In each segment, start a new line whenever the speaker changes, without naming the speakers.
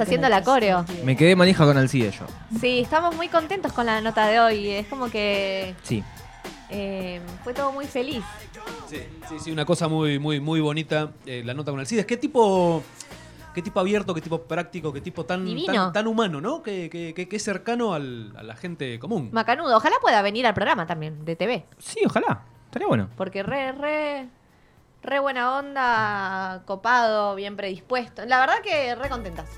haciendo la coreo.
Me quedé manija con Alcide yo.
Sí, estamos muy contentos con la nota de hoy. Es como que
Sí.
eh, fue todo muy feliz.
Sí, sí, sí, una cosa muy, muy, muy bonita, eh, la nota con Alcides. ¿Qué tipo, qué tipo abierto, qué tipo práctico, qué tipo tan,
Divino.
tan, tan humano, ¿no? Que, que, que- que es cercano al- a la gente común.
Macanudo, ojalá pueda venir al programa también de TV.
Sí, ojalá. Estaría bueno.
Porque re, re, re buena onda, copado, bien predispuesto. La verdad que re contentas.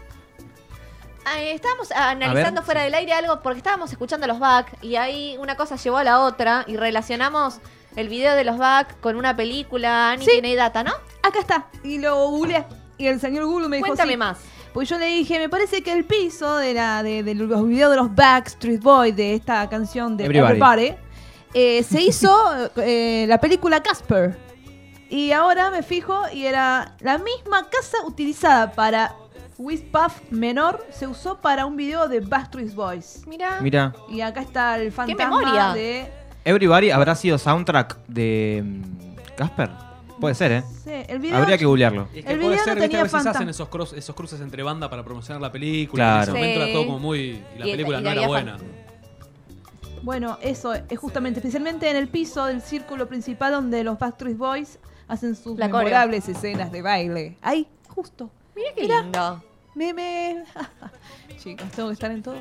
Ah, eh, Estábamos analizando
ver,
fuera del aire algo porque estábamos escuchando los back y ahí una cosa llevó a la otra y relacionamos el video de los back con una película, Annie
Sí.
tiene data, ¿no?
Acá está. Y lo googleé. Y el señor Google me dijo.
Cuéntame
sí.
más.
Pues yo le dije, me parece que el piso de, la, de, de los videos de los Backstreet Boys, de esta canción de
Everybody.
Everybody, eh, se hizo eh, la película Casper. Y ahora me fijo y era la misma casa utilizada para Whiz Puff menor, se usó para un video de Backstreet Boys.
Mira.
Mira,
Y acá está el
memoria!
fantasma de...
Everybody habrá sido soundtrack de mm, Casper. Puede ser, ¿eh?
Sí, el video
Habría que googlearlo.
Y es
El video no
¿viste?
tenía
a veces
fantasma.
hacen esos, cross- esos cruces entre banda para promocionar la película. En ese
Claro.
momento
Sí.
era todo como muy. Y la
Y-
película
y
no era
había
buena.
fan-
Bueno, eso es justamente, especialmente en el piso del círculo principal donde los Backstreet Boys hacen sus
La coreo.
memorables escenas de baile. Ahí, justo.
Mira qué
Mira.
lindo.
Me, me... Chicos, tengo que estar en todo.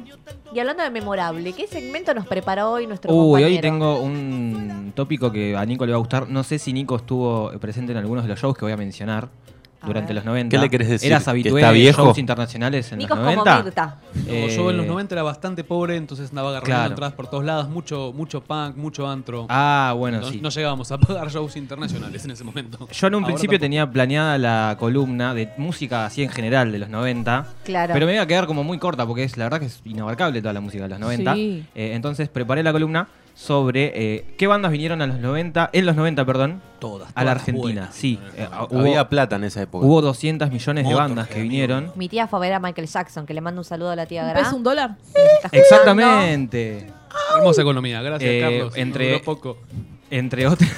Y hablando de memorable, ¿qué segmento nos preparó hoy nuestro
Uy,
compañero?
hoy tengo un tópico que a Nico le va a gustar. No sé si Nico estuvo presente en algunos de los shows que voy a mencionar
A
durante
ver.
los 90.
¿Qué le querés decir?
¿Eras
¿Que
habitué
está
de
viejo?
shows internacionales en
Nico es
los
como
90?
Mirta.
Como yo en los
Eh,
90 era bastante pobre, entonces andaba agarrando
claro.
entradas por todos lados, mucho, mucho punk, mucho antro.
Ah, bueno,
no,
sí.
no llegábamos a pagar shows internacionales en ese momento.
Yo en un
Ahora
principio
tampoco.
tenía planeada la columna de música así en general de los 90.
Claro.
Pero me iba a quedar como muy corta porque es la verdad que es inabarcable toda la música de los 90.
Sí.
Eh, entonces preparé la columna sobre eh, qué bandas vinieron a los 90, en los 90, perdón,
Todas.
a la
todas
Argentina.
buenas.
Sí, eh, hubo,
Ah, Había plata en esa época.
hubo 200 millones de
Motorhead,
bandas que vinieron.
Mi tía fue a ver a Michael Jackson, que le mando un saludo a la tía
¿Un
Gra.
peso, un dólar?
Está escuchando.
Exactamente.
Hermosa economía, gracias
Eh,
Carlos.
entre-
Duró poco.
Entre otras.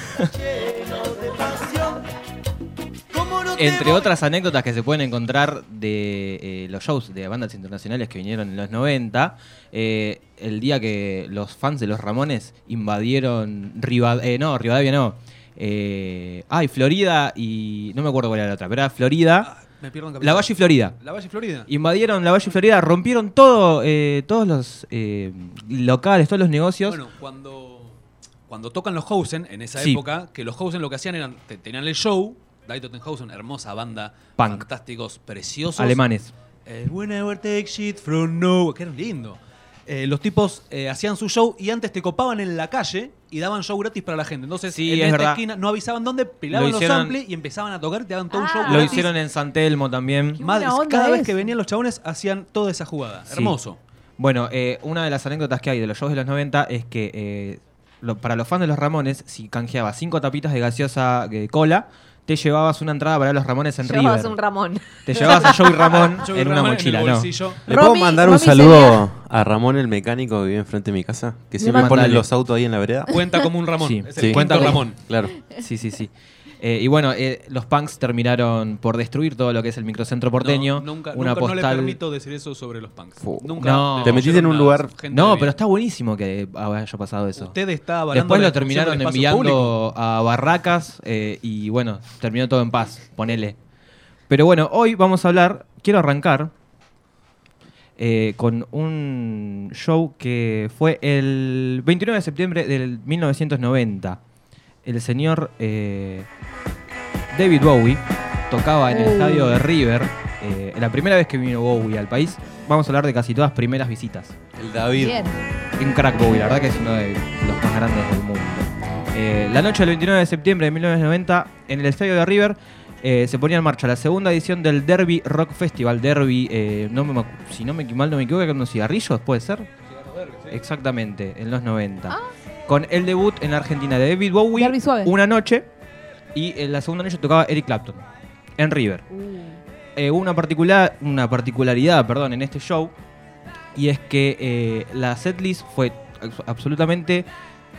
Entre otras anécdotas que se pueden encontrar de eh, los shows de bandas internacionales que vinieron en los 90, eh, el día que los fans de los Ramones invadieron Riva- eh, no, Rivadavia no, eh, ay, Florida y no me acuerdo cuál era la otra, pero era Florida,
Ah, me pierdo en
La
Capital.
Valle y Florida.
La Valle Florida.
Invadieron la Valle y Florida, rompieron todo, eh, todos los eh, locales, todos los negocios.
Bueno, cuando, cuando tocan los Housen, en esa
Sí.
época, que los Housen lo que hacían eran, te- tenían el show, Die Tottenhausen, hermosa banda,
Punk.
fantásticos, preciosos.
alemanes.
Eh, whenever take shit from no, que era lindo. Eh, los tipos eh, hacían su show y antes te copaban en la calle y daban show gratis para la gente. Entonces,
Sí,
en
es
esta
verdad.
esquina no avisaban dónde, pilaban
Lo hicieron-
los samples y empezaban a tocar y te daban todo un
Ah.
show
Lo
Lo
gratis.
hicieron en San Telmo también.
Qué
Madre,
buena onda
cada vez
eso.
que venían los chabones hacían toda esa jugada.
Sí.
Hermoso.
Bueno, eh, una de las anécdotas que hay de los shows de los 90 es que eh, lo- para los fans de los Ramones, si canjeabas cinco tapitas de gaseosa eh, cola, te llevabas una entrada para los Ramones en
Llevabas
River.
un Ramón.
te llevabas a Joey Ramón
Joey
en una
Ramón en el
mochila, ¿no?
bolsillo.
¿Le
Romy-
puedo mandar un
Romy
saludo a Ramón el mecánico que vive enfrente de mi casa? Que siempre
mandale.
pone los autos ahí en la vereda.
Cuenta como un Ramón.
Sí.
Es el
Sí.
quinto
Cuenta como-
Ramón.
Claro.
Sí, sí, sí. Eh, y bueno, eh, los punks terminaron por destruir todo lo que es el microcentro porteño.
No, nunca,
una
nunca- no
postal.
le permito decir eso sobre los punks.
Fu.
Nunca.
No.
le
Te
metiste
oyeron
en un
nada,
lugar-
gente
No,
de
pero
bien.
está buenísimo que haya pasado eso.
Usted está avalando
Después
la
lo
destrucción
terminaron
del espacio
enviando
público.
a barracas eh, y bueno, terminó todo en paz, ponele. Pero bueno, hoy vamos a hablar, quiero arrancar eh, con un show que fue el 29 de septiembre del 1990. El señor eh, David Bowie tocaba en el estadio de River, eh, la primera vez que vino Bowie al país. Vamos a hablar de casi todas primeras visitas.
El David.
Un crack Bowie, la verdad que es uno de los más grandes del mundo. Eh, la noche del 29 de septiembre de 1990, en el estadio de River, eh, se ponía en marcha la segunda edición del Derby Rock Festival. Derby, eh, no me macu- si no me equi- mal no me equivoco, con unos cigarrillos, ¿puede ser? Exactamente, en los 90. Con el debut en la Argentina de David Bowie,
Ah. Derby suave.
una noche, y en la segunda noche tocaba Eric Clapton, en River.
Uh,
Eh, hubo una, particular, una particularidad perdón, en este show y es que eh, la setlist fue abs- absolutamente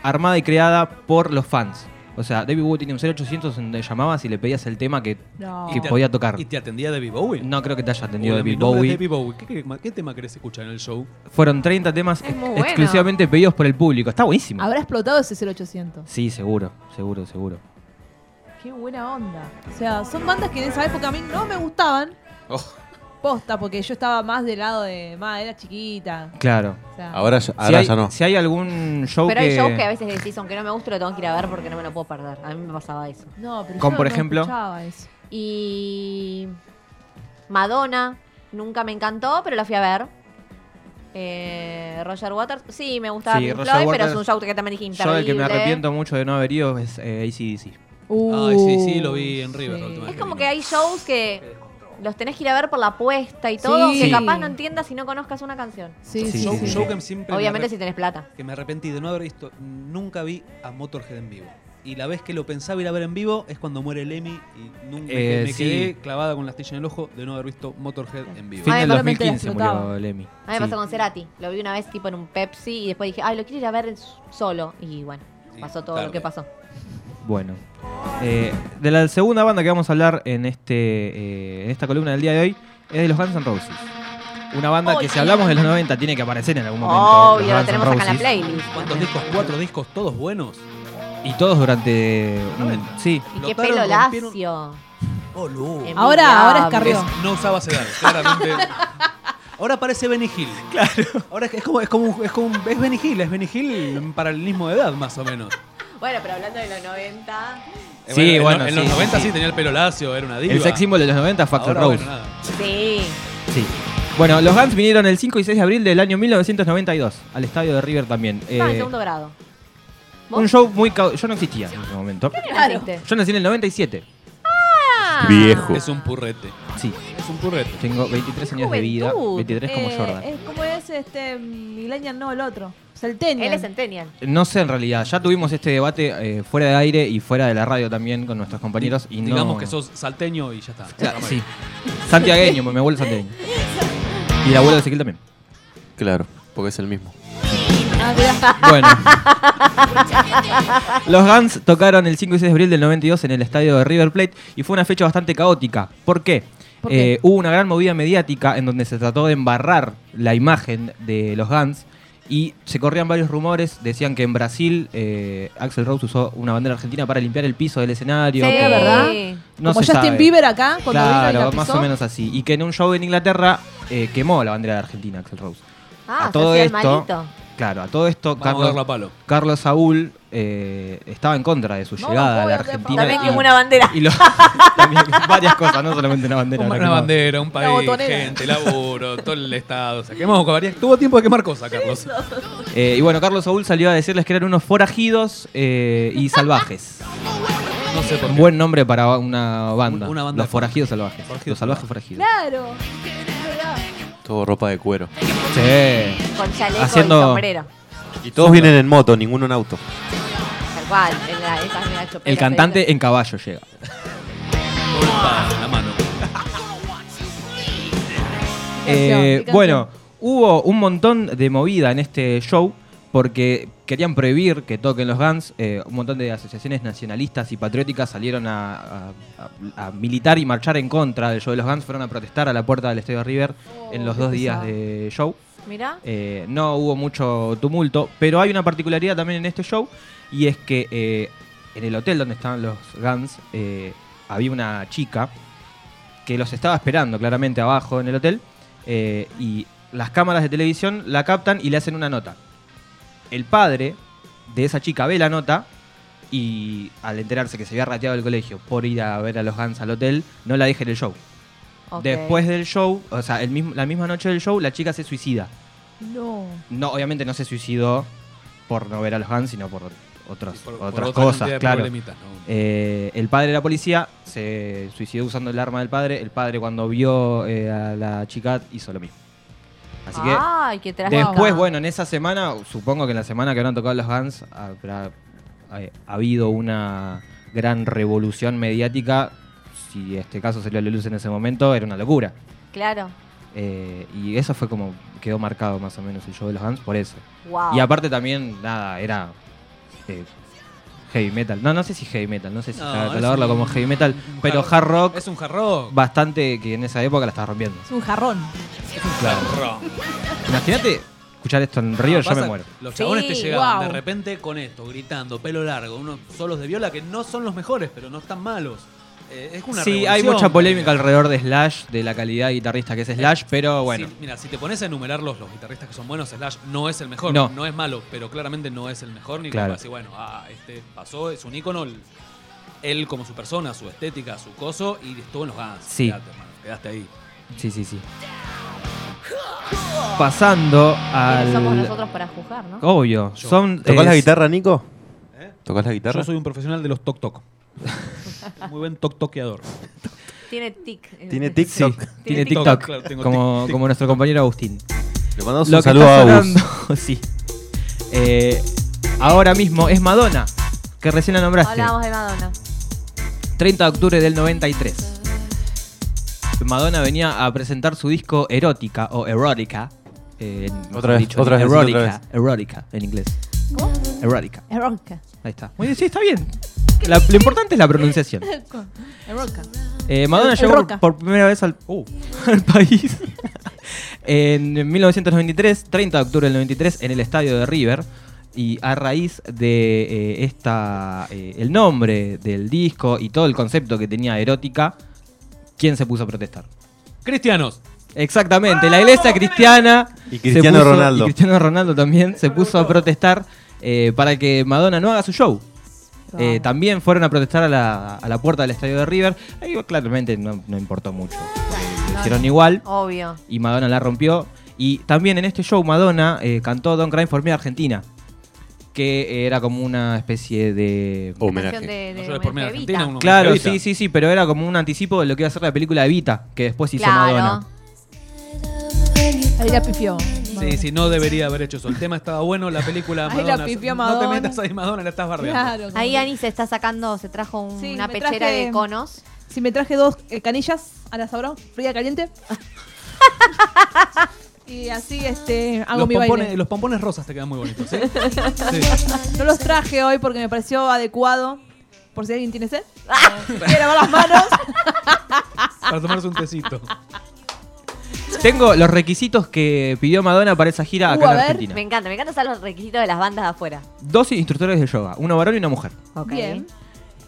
armada y creada por los fans. O sea, David Bowie tenía un 0800 donde llamabas y le pedías el tema que...
No.
Que podía tocar.
¿Y te atendía David Bowie?
No creo que te haya atendido
Hola, mi
David
nombre es
Bowie.
David Bowie. ¿Qué, qué- qué tema querés escuchar en el show?
Fueron 30 temas
Es
ex-
muy bueno.
exclusivamente pedidos por el público. Está buenísimo.
Habrá explotado ese 0800.
Sí, seguro, seguro, seguro.
Qué buena onda. O sea, son bandas que en esa época a mí no me gustaban.
Oh.
Posta, porque yo estaba más del lado de. Más, era chiquita.
Claro.
O sea,
Ahora, ya,
si
ahora
hay,
ya no.
si hay algún show
Pero
que,
hay shows que a veces decís, aunque no me guste, lo tengo que ir a ver porque no me lo puedo perder. A mí me pasaba eso.
No, pero
Como
yo
por
no
ejemplo-
escuchaba eso.
Y Madonna, nunca me encantó, pero la fui a ver. Eh, Roger Waters, sí, me gustaba
Sí,
Pink
Roger
Floyd, pero
Waters,
es un show que también dije
yo del que me
imperdible.
arrepiento mucho de no haber ido es eh, ACDC.
Ay, sí, sí, lo
Uh,
vi en River la última
Es
vez.
como que hay shows que los tenés que ir a ver por la apuesta y todo,
Sí.
que capaz no entiendas y no conozcas una canción.
Sí,
Sí,
sí,
Show,
sí.
show que siempre me
Obviamente
arrep-
si tenés plata.
que me arrepentí de no haber visto. Nunca vi a Motorhead en vivo. Y la vez que lo pensaba ir a ver en vivo es cuando muere el Emmy y nunca
Eh,
me
sí.
quedé clavada con la astilla en el ojo de no haber visto Motorhead en vivo.
Fin
Ay,
del
probablemente
2015 murió
explotaba.
Lemmy.
A mí me pasó con Cerati. Lo vi una vez tipo en un Pepsi y después dije, ay, lo quiero ir a ver solo. Y bueno,
Sí,
pasó todo
tarde.
lo que pasó.
Bueno. Eh, de la segunda banda que vamos a hablar en, este, eh, en esta columna del día de hoy es de los Guns N' Roses. Una banda
Oy.
que si hablamos de los 90 tiene que aparecer en algún momento. los
Obvio, lo
Guns N'
tenemos acá en la
Roses.
playlist.
¿Cuántos discos? ¿Cuatro discos? ¿Todos buenos?
Y todos durante... un-
90.
sí,
Y qué
Explotaron,
pelo lacio.
rompieron- ¡Oh, no!
Em-
Ahora, ahora es
Envidiable.
Carrió.
Es- no usaba sedal, claramente. Ahora parece Benny Hill. Claro. Ahora es, es como es como un- es como un- es Benny Hill, es Benny Hill en paralelismo de edad más o menos.
Bueno, pero hablando de los 90.
Eh,
Sí,
en
bueno,
lo- en,
sí,
los 90
sí,
sí.
sí.
tenía el pelo lacio, era una diva.
el sex symbol de los 90 fue Axl
Ahora,
Rose.
bueno, nada.
Eh,
Sí.
Sí. Bueno, los Guns vinieron el 5 y 6 de abril del año 1992 al estadio de River también.
Estaba
Eh,
en Ah, segundo grado. ¿Vos?
un show muy... cau- Yo no existía en ese momento.
Claro.
Naciste.
Yo nací en el 97.
Ah.
Viejo.
Es un purrete.
Sí,
Es un purrete.
tengo 23 años de vida.
Juventud.
23 como
Eh,
Jordan.
Es como es este. Millennial, no, el otro. Salteño.
Él es centennial.
No sé en realidad, ya tuvimos este debate eh, fuera de aire y fuera de la radio también con nuestros compañeros y no-
Digamos que sos salteño y ya está.
Claro, sí. Santiagueño, mi abuelo es santiagueño. Y el abuelo de Ezequiel también.
Claro, porque es el mismo.
Ah, mirá.
Bueno. Los Guns tocaron el 5 y 6 de abril del 92 en el estadio de River Plate y fue una fecha bastante caótica. ¿Por qué?
¿Por qué?
Eh, hubo una gran movida mediática en donde se trató de embarrar la imagen de los Guns y se corrían varios rumores. Decían que en Brasil eh, Axel Rose usó una bandera argentina para limpiar el piso del escenario.
Sí.
como-
¿verdad?
No
como
se
Justin
sabe.
Bieber acá, cuando vino y la
Claro,
pisó.
más o menos así. Y que en un show en Inglaterra eh, quemó la bandera de Argentina Axel Rose.
Ah,
a
todo
todo
el
esto,
malito.
claro, a todo esto
Vamos a
Carlos,
darlo a palo.
Carlos Saúl eh, estaba en contra de su
No,
llegada a la
obvio,
Argentina.
También
También
y-
que una bandera.
y lo- también varias cosas, no solamente una bandera.
Una,
la quemó.
bandera, un
La
país,
botonera.
gente, laburo, todo el estado. O sea, quemamos varias. Tuvo tiempo de quemar cosas, Carlos.
Eh, y bueno, Carlos Saúl salió a decirles que eran unos forajidos eh, y salvajes.
No sé por
Un
qué.
buen nombre para una banda.
Una banda
los forajidos salvajes. los
Forajidos
salvajes forajidos.
Claro.
Todo ropa de cuero.
Sí.
Con chaleco
Haciendo-
y sombrero.
Y todos vienen en moto, ninguno en auto.
Tal cual. En la, esas me la chopera,
El cantante en caballo llega.
Culpa, Ah, la mano.
Eh,
canción, qué
bueno, hubo un montón de movida en este show porque querían prohibir que toquen los Guns. eh, un montón de asociaciones nacionalistas y patrióticas salieron a, a- a- a militar y marchar en contra del show de los Guns. Fueron a protestar a la puerta del Estadio River en los
Oh, qué
dos días
pesado.
de show.
Mirá.
Eh, no hubo mucho tumulto, pero hay una particularidad también en este show y es que eh, en el hotel donde estaban los Guns eh, había una chica que los estaba esperando claramente abajo en el hotel eh, y las cámaras de televisión la captan y le hacen una nota. El padre de esa chica ve la nota y al enterarse que se había rateado el colegio por ir a ver a los Guns al hotel, no la deja en el show.
ok.
Después del show, o sea, el mismo- la misma noche del show, la chica se suicida.
No.
No, obviamente no se suicidó por no ver a los Guns, sino por otras,
Por- por
otras
otra cantidad
cosas,
de
claro.
problemitas, ¿no?
Eh, el padre de la policía se suicidó usando el arma del padre. El padre cuando vio eh, a la chica hizo lo mismo. Así que
Ah.
Ay, qué trágico.
después, bueno, en esa semana, supongo que en la semana que habrán tocado los Guns, habrá eh, habido una gran revolución mediática. Si este caso salió a la luz en ese momento, era una locura.
Claro.
Eh, y eso fue como quedó marcado más o menos el show de los Guns por eso.
Wow.
Y aparte también, nada, era eh, Heavy metal. No, no sé si heavy metal, no sé si
No,
catalogarlo
es un-
como heavy metal,
un
pero hard rock
Es un hard rock.
bastante que en esa época la estaba rompiendo.
Es un jarrón.
Claro. Imagínate escuchar esto en Río,
No,
yo
pasa-
me muero.
Los chabones
Sí,
te llegaban
guau.
de repente con esto, gritando, pelo largo, unos solos de viola que no son los mejores, pero no están malos. Eh, es una
Sí, hay
revolución, Eh,
mucha polémica
digamos.
alrededor de Slash, de la calidad de guitarrista que es Slash, pero bueno.
Si- mira, si te pones a enumerar los, los guitarristas que son buenos, Slash no es el mejor,
No.
no, es malo, pero claramente no es el mejor, ni
Claro.
como así, bueno, ah, este pasó, es un ícono, el- él como su persona, su estética, su coso, y estuvo en los Guns.
Sí.
Quedate, hermano, quedaste ahí.
Sí, sí, sí. Pasando
¿Quiénes
al.
somos nosotros para juzgar, no?
Obvio.
Yo.
Son,
¿Tocás la
es-
guitarra, Nico?
¿Eh?
¿Tocás la guitarra?
Yo soy un profesional de los toc-toc. Muy buen toc-toqueador.
Tiene tic. eh,
Tiene
Sí,
TikTok.
tiene
Tiene
TikTok,
TikTok, claro, tengo
como,
tic- tic.
como nuestro compañero Agustín.
Le mandamos
Lo
un
que
saludo
está
a Agus.
sonando, sí. Eh, ahora mismo es Madonna, que recién la nombraste.
Hablábamos de Madonna.
30 de octubre del 93. Madonna venía a presentar su disco Erótica o Erótica. eh, mejor
Otra vez, otra vez, decilo otra
Erótica, Erótica en inglés.
¿Cómo?
Erótica.
Es ronca.
Ahí está. Muy bien, sí, está bien. La- lo importante es la pronunciación.
Es ronca.
Eh, Madonna
El- el
llegó
Roca.
por primera vez al, uh, al país en 1993, 30 de octubre del 93, en el estadio de River. Y a raíz de eh, esta, eh, el nombre del disco y todo el concepto que tenía erótica, ¿quién se puso a protestar?
Cristianos.
Exactamente, la iglesia cristiana.
Y
se
Cristiano
puso-
Ronaldo.
Y Cristiano Ronaldo también se puso a protestar eh, para que Madonna no haga su show. Eh,
Wow.
también fueron a protestar a la, a la puerta del estadio de River. Ahí claramente no, no importó mucho. Lo hicieron igual
Obvio.
y Madonna la rompió. Y también en este show Madonna eh, cantó Don't Cry for Me Argentina, que era como una especie de...
Oh,
Canción
Homenaje.
de, de
No llores por mí,
de
Argentina.
Evita.
uno-
Claro,
Evita.
sí, sí, sí, pero era como un anticipo de lo que iba a ser la película de Evita, que después hizo
Claro.
Madonna.
Ahí la pifió.
Sí, sí, no debería haber hecho eso. El tema estaba bueno, la película
Ay, la
Madonna.
pifió
No te
Madonna.
metas ahí, Madonna, la estás bardeando.
Claro.
Ahí Ani se está sacando, se trajo un-
Sí,
una
me
pechera
traje-
de conos.
Si me traje dos eh, canillas a la sabrón, fría caliente. y así este hago
Los
mi
pompones,
baile.
los pompones rosas te quedan muy bonitos, ¿eh? ¿sí?
No los traje hoy porque me pareció adecuado. Por si alguien tiene sed. Quiere lavar las manos.
Para tomarse un tecito.
Tengo los requisitos que pidió Madonna para esa gira
Uh,
acá
a
en
ver,
Argentina.
Me encanta, me encantan usar los requisitos de las bandas de afuera.
Dos instructores de yoga, uno varón y una mujer.
Ok.
Bien.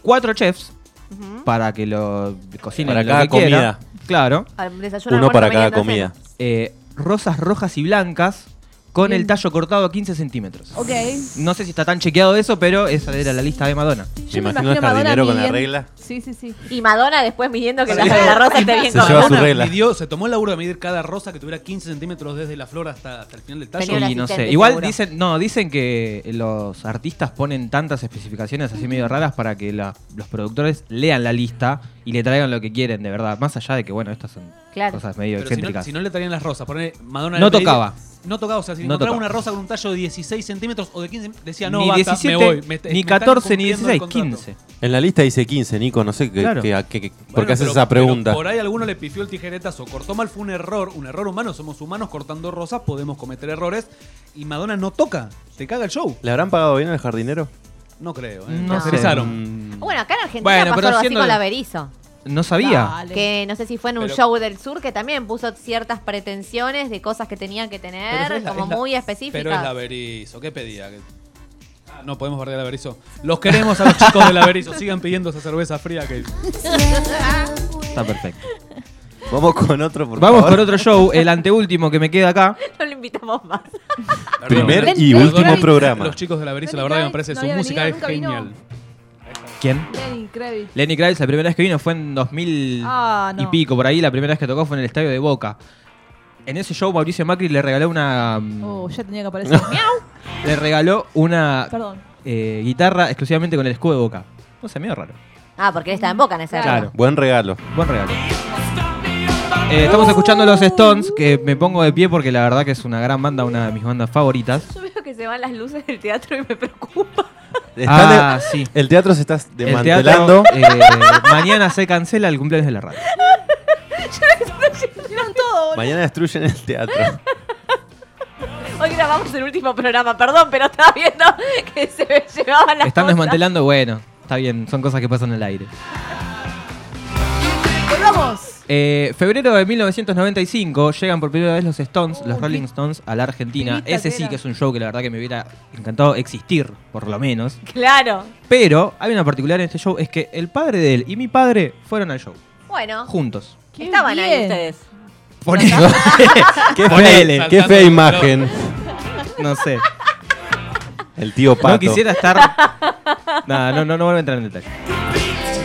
Cuatro chefs
Ujú.
para que lo cocinen
Para
lo
cada
que quiera.
comida.
Claro.
Al desayuno,
Uno
almuerzo,
para cada
merienda,
comida.
cena.
Eh, rosas rojas y blancas con
Bien.
el tallo cortado a 15 centímetros.
Ok.
No sé si está tan chequeado eso, pero esa era la lista de Madonna.
Me imagino el
a Madonna
jardinero con la
midiendo-
regla.
Sí, sí, sí.
Y Madonna después midiendo que
Sí.
la, la rosa esté bien
Se
con
lleva su
Madonna
regla.
midió- se tomó el laburo de medir cada rosa que tuviera 15 centímetros desde la flor hasta, hasta el final del tallo.
Tenía
Y
un
no sé.
asistente,
Igual
seguro.
dicen, no, dicen que los artistas ponen tantas especificaciones así medio raras para que la- los productores lean la lista y le traigan lo que quieren, de verdad. Más allá de que, bueno, estas son
Claro.
cosas medio
Pero si no,
excéntricas.
si no le traían las rosas, poner Madonna
No
le pedía-
tocaba.
No tocaba, o sea, si
No
encontraba
tocaba.
una rosa con un tallo de 16 centímetros o de 15, decía, no,
ni
basta,
17,
me voy. me est- me
ni
están
14, ni
cumpliendo el
16,
contrato.
15.
En la lista dice 15, Nico. No sé qué,
Claro.
qué- a qué- qué- por
Bueno,
qué haces
pero-
esa
pero
pregunta.
Por ahí alguno le pifió el tijeretazo. Cortó mal, fue un error, un error humano. Somos humanos cortando rosas, podemos cometer errores. Y Madonna no toca, te caga el show.
¿Le habrán pagado bien al jardinero? Mm,
No creo, ¿eh?
No
Me
sé.
cesaron.
Bueno, acá en Argentina
Bueno,
pasó
pero
algo así
siendo-
con la Berizo.
No sabía.
Dale.
Que no sé si fue en un
Pero-
show del sur que también puso ciertas pretensiones de cosas que tenían que
Pero
tener,
es la-
como
es la-
muy específicas.
Pero es la Berizo, ¿qué pedía? Que- Ah, No podemos bardear a la Berizo. Los queremos a los chicos de la Berizo. Sigan pidiendo esa cerveza fría que.
Está perfecto.
Vamos con otro, por
Vamos
favor.
con otro show, el anteúltimo que me queda acá.
No lo invitamos más.
Perdón,
Primer
perdón,
y
perdón,
último
perdón.
programa.
Los chicos de la Berizo, la
Lenny
verdad que me
Kravitz
parece
no
su
había
música
venido,
es
nunca vino.
genial.
¿Quién?
Lenny Kravitz.
Lenny Kravitz, la primera vez que vino fue en 2000
Ah, no.
y pico, por ahí. La primera vez que tocó fue en el estadio de Boca. En ese show, Mauricio Macri le regaló una. mm,
Oh, ya tenía que aparecer.
Le regaló una
Perdón.
eh, guitarra exclusivamente con el escudo de Boca. No sé, medio raro.
Ah, porque él está en Boca en ese
Claro.
época.
Buen regalo.
Buen regalo. Eh, estamos escuchando los Stones, que me pongo de pie porque la verdad que es una gran banda, una de mis bandas favoritas.
Yo veo que se van las luces del teatro y me preocupa.
Está
ah, sí.
de- El teatro se está
El
desmantelando.
teatro, eh, mañana se cancela el cumpleaños de la radio.
Tiran todo, boludo.
Eh, Mañana destruyen el teatro.
Hoy grabamos el último programa, perdón, pero estaba viendo que se me llevaban las
Están
cosas.
desmantelando, bueno, está bien, son cosas que pasan al aire.
¡Volvamos!
Eh, febrero de 1995 llegan por primera vez los Stones, los Rolling Stones, a la Argentina.
pibita
Ese
que
sí
era.
que es un show que la verdad que me hubiera encantado existir, por lo menos.
Claro.
Pero hay una particular en este show, es que el padre de él y mi padre fueron al show,
Bueno,
juntos.
Qué
estaban ahí
bien.
ustedes.
Ponele,
Qué
Ponele.
fea, qué fea imagen.
no sé.
El tío Pato.
No quisiera estar... Nada, no, no, no vuelvo a entrar en detalle.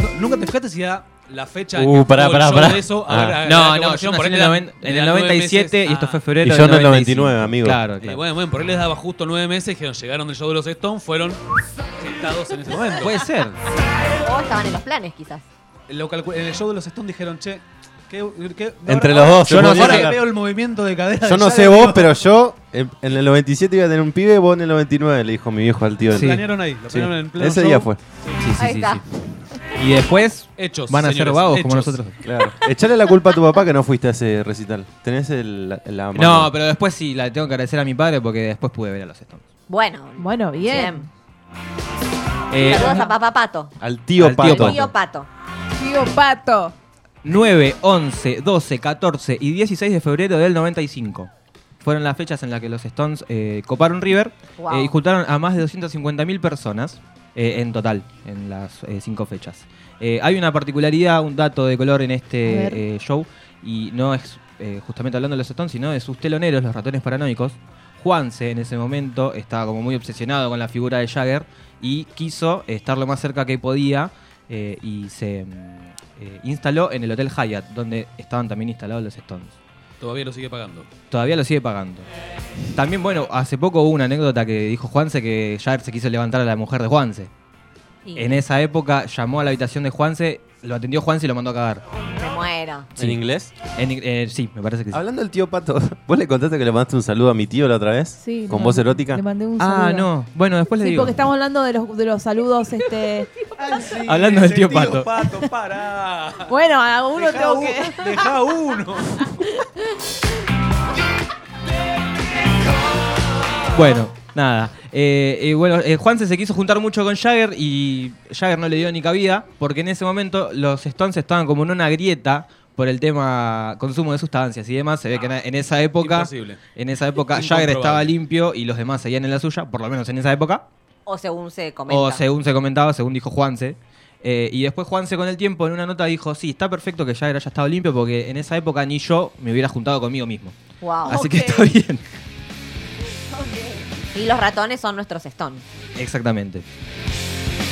No, Nunca te fijaste si da la fecha.
Uh,
en que
pará,
estuvo el
pará,
show
pará.
de eso.
Ah.
Ahora,
No, no,
la
yo
evaluación,
nací en
ponele
el,
la-
noven- en
le
el
da nueve
97
meses.
y esto
Ah.
fue febrero
Y
del
yo en el
95.
99, amigo.
Claro,
Eh,
claro.
bueno, bueno, por él les daba justo nueve meses, dijeron, llegaron del show de los Stones, fueron sentados en ese momento.
Puede ser.
O estaban en los planes, quizás.
Lo calcu- en el show de los Stones dijeron, che, ¿qué, qué-
Entre
ahora-
los dos,
Yo
se
no
podían
ahora
hablar.
veo el movimiento de cadera.
Yo no sé vos, pero yo eh, en el 97 iba a tener un pibe, vos en el 99, le dijo mi viejo al tío.
Lo
del-
Sí.
planearon ahí, lo
Sí.
planearon en pleno
Ese
show.
día fue.
Sí, sí,
Ahí
sí,
está.
sí. Y después
Hechos,
van a ser
señores,
vagos como
hechos.
nosotros.
Claro. Echale la culpa a tu papá que no fuiste a ese recital. Tenés el, la, la mano.
No, pero después sí, la tengo que agradecer a mi padre porque después pude ver a los Stones.
Bueno.
Bueno, bien.
Eh,
Saludos a papá Pato.
Al tío
Al tío
Pato.
Pato.
Tío Pato.
Tío Pato.
9, 11, 12, 14 y 16 de febrero del 95. Fueron las fechas en las que los Stones eh, coparon River
Wow.
eh, y juntaron a más de 250.000 personas eh, en total en las eh, cinco fechas. Eh, hay una particularidad, un dato de color en
A ver.
este eh, show y no es eh, justamente hablando de los Stones, sino de sus teloneros, los ratones paranoicos. Juanse en ese momento estaba como muy obsesionado con la figura de Jagger y quiso estar lo más cerca que podía eh, y se mm, eh, instaló en el Hotel Hyatt, donde estaban también instalados los Stones.
Todavía lo sigue pagando.
Todavía lo sigue pagando. También, bueno, hace poco hubo una anécdota que dijo Juanse que Jagger se quiso levantar a la mujer de Juanse.
Y
En esa época llamó a la habitación de Juanse, lo atendió Juanse y lo mandó a cagar.
me muero.
Sí.
¿En inglés?
En ing- eh, sí, me parece que sí.
Hablando del tío Pato, ¿vos le contaste que le mandaste un saludo a mi tío la otra vez?
Sí.
¿Con
le
voz
mandé-
erótica?
Le mandé un
Ah,
saludo.
no. Bueno, después le
Sí,
digo.
porque estamos hablando de los, de los saludos, este...
Hablando del tío Pato.
Pato, pará.
Bueno, a uno
Dejá
tengo
un-
que...
dejá uno.
Bueno, nada. Eh, eh, bueno, eh, Juanse se quiso juntar mucho con Jagger y Jagger no le dio ni cabida porque en ese momento los Stones estaban como en una grieta por el tema consumo de sustancias y demás. Se ve que en- en esa época,
Imposible.
en esa época Jagger
Incomprobable.
estaba limpio y los demás seguían en la suya, por lo menos en esa época.
O según se comenta.
O según se comentaba, según dijo Juanse. Eh, y después Juanse con el tiempo en una nota dijo, sí, está perfecto que Jagger haya estado limpio porque en esa época ni yo me hubiera juntado conmigo mismo.
Wow.
Así que está bien.
Y los ratones son nuestros Stones.
Exactamente.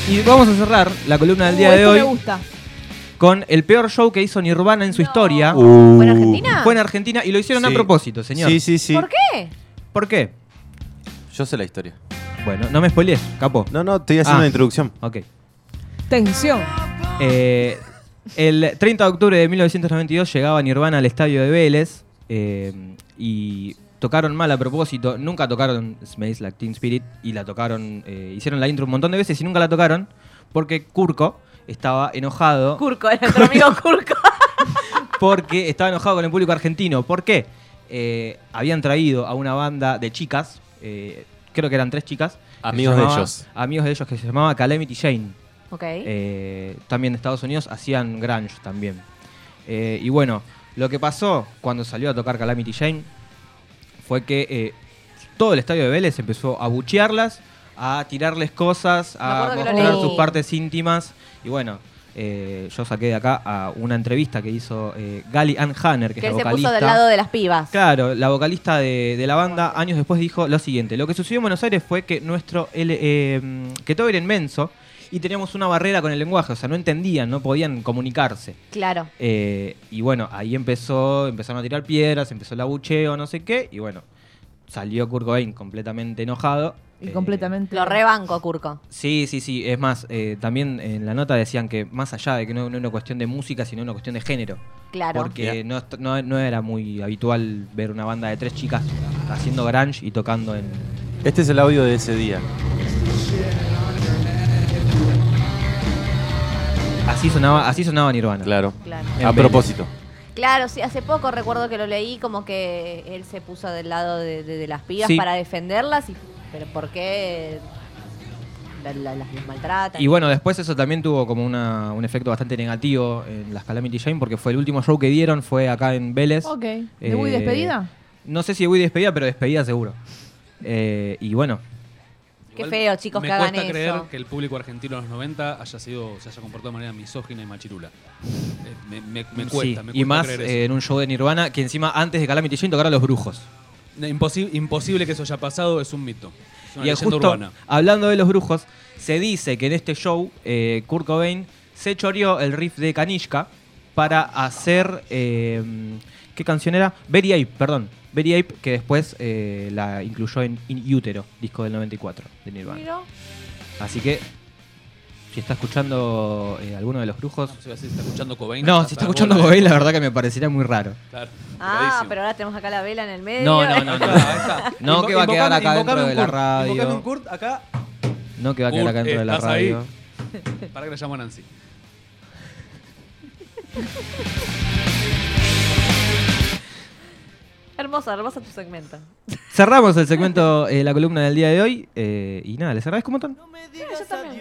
Y vamos a cerrar la columna del día
Uh,
de
esto me
hoy
gusta.
con el peor show que hizo Nirvana en su
No.
historia.
Uh.
Ah, ¿Fue en Argentina?
Fue en Argentina y lo hicieron a
Sí.
propósito, señor.
Sí, sí, sí.
¿Por qué?
¿Por qué?
Yo sé la historia.
Bueno, no me spoilees, capo.
No, no, estoy haciendo
Ah.
una introducción.
Ok.
Tensión.
Eh, el 30 de octubre de 1992 llegaba Nirvana al estadio de Vélez eh, y tocaron mal a propósito. Nunca tocaron Smells Like Teen Spirit y la tocaron, eh, hicieron la intro un montón de veces y nunca la tocaron porque Kurko estaba enojado.
Curco, era nuestro amigo Curco.
porque estaba enojado con el público argentino. ¿Por qué? Eh, habían traído a una banda de chicas, eh, creo que eran tres chicas. que
Amigos
se
de
llamaba-
ellos.
Amigos de ellos, que se llamaba Calamity Jane.
ok.
Eh, también de Estados Unidos hacían grunge también. Eh, y bueno, lo que pasó cuando salió a tocar Calamity Jane fue que eh, todo el estadio de Vélez empezó a buchearlas, a tirarles cosas, a
acuerdo que lo
mostrar
leí.
sus partes íntimas. Y bueno, eh, yo saqué de acá a una entrevista que hizo eh, Gali Ann Hanner, que,
que
es
él
la
se
vocalista.
puso del lado de las pibas.
Claro, la vocalista de, de la banda años después dijo lo siguiente: Lo que sucedió en Buenos Aires fue que nuestro L- eh, mm, que todo era inmenso y teníamos una barrera con el lenguaje, o sea, no entendían, no podían comunicarse.
Claro.
Eh, y bueno, ahí empezó, empezaron a tirar piedras, empezó el abucheo, no sé qué, y bueno, salió Kurt Cobain completamente enojado.
Y
Eh,
completamente...
Lo rebanco, Curco.
Sí, sí, sí. Es más, eh, también en la nota decían que más allá de que no no era una cuestión de música, sino una cuestión de género.
Claro.
Porque no, est- no- no era muy habitual ver una banda de tres chicas haciendo grunge y tocando en...
Este es el audio de ese día.
Así sonaba, así sonaba Nirvana.
Claro.
Claro.
En
A
Vélez.
propósito.
Claro, sí, hace poco recuerdo que lo leí como que él se puso del lado de, de- de las pibas
Sí.
para defenderlas, y, pero ¿por qué la- la- las, las maltratan?
Y bueno, después eso también tuvo como una- un efecto bastante negativo en las Calamity Jane, porque fue el último show que dieron, fue acá en Vélez.
Ok. ¿De
Eh,
Wii despedida?
No sé si voy despedida, pero despedida seguro. Eh, y bueno,
Qué
Igual
feo, chicos,
me
que hagan
cuesta creer
eso.
que el público argentino en los 90 haya sido, se haya comportado de manera misógina y machirula. Eh, me, me- me cuesta,
sí,
me cuesta
y más
creer
eh, en un show de Nirvana, que encima antes de Calamity Jane tocaron los brujos.
eso. Imposi- imposible que eso haya pasado, es un mito. Es una
y
leyenda
justo,
urbana.
hablando de los brujos, se dice que en este show eh, Kurt Cobain se choreó el riff de Kanishka para hacer. eh, ¿Qué canción era? Very Ape, perdón. Very Ape, que después eh, la incluyó en In Utero, disco del 94 de Nirvana.
Mira.
Así que, si está escuchando eh, alguno de los brujos.
No, si vas a decir, está escuchando Cobain.
No,
vas
si
a
está
dar
escuchando
bola.
Cobain, la verdad que me parecería muy raro.
Claro,
Ah,
clarísimo.
pero ahora tenemos acá la vela en el medio.
No, no, no, no.
Ahí está.
No,
Invo-
que va a quedar
invocame-
acá dentro
invocame un
de la
Kurt,
radio.
invocame un Kurt acá.
No que va a quedar
Kurt,
acá dentro de la
¿estás ahí?
radio.
Para que la llamo a Nancy.
Hermoso, hermoso tu segmento.
Cerramos el segmento, eh, la columna del día de hoy. eh, y nada, les agradezco un montón.
Yo también.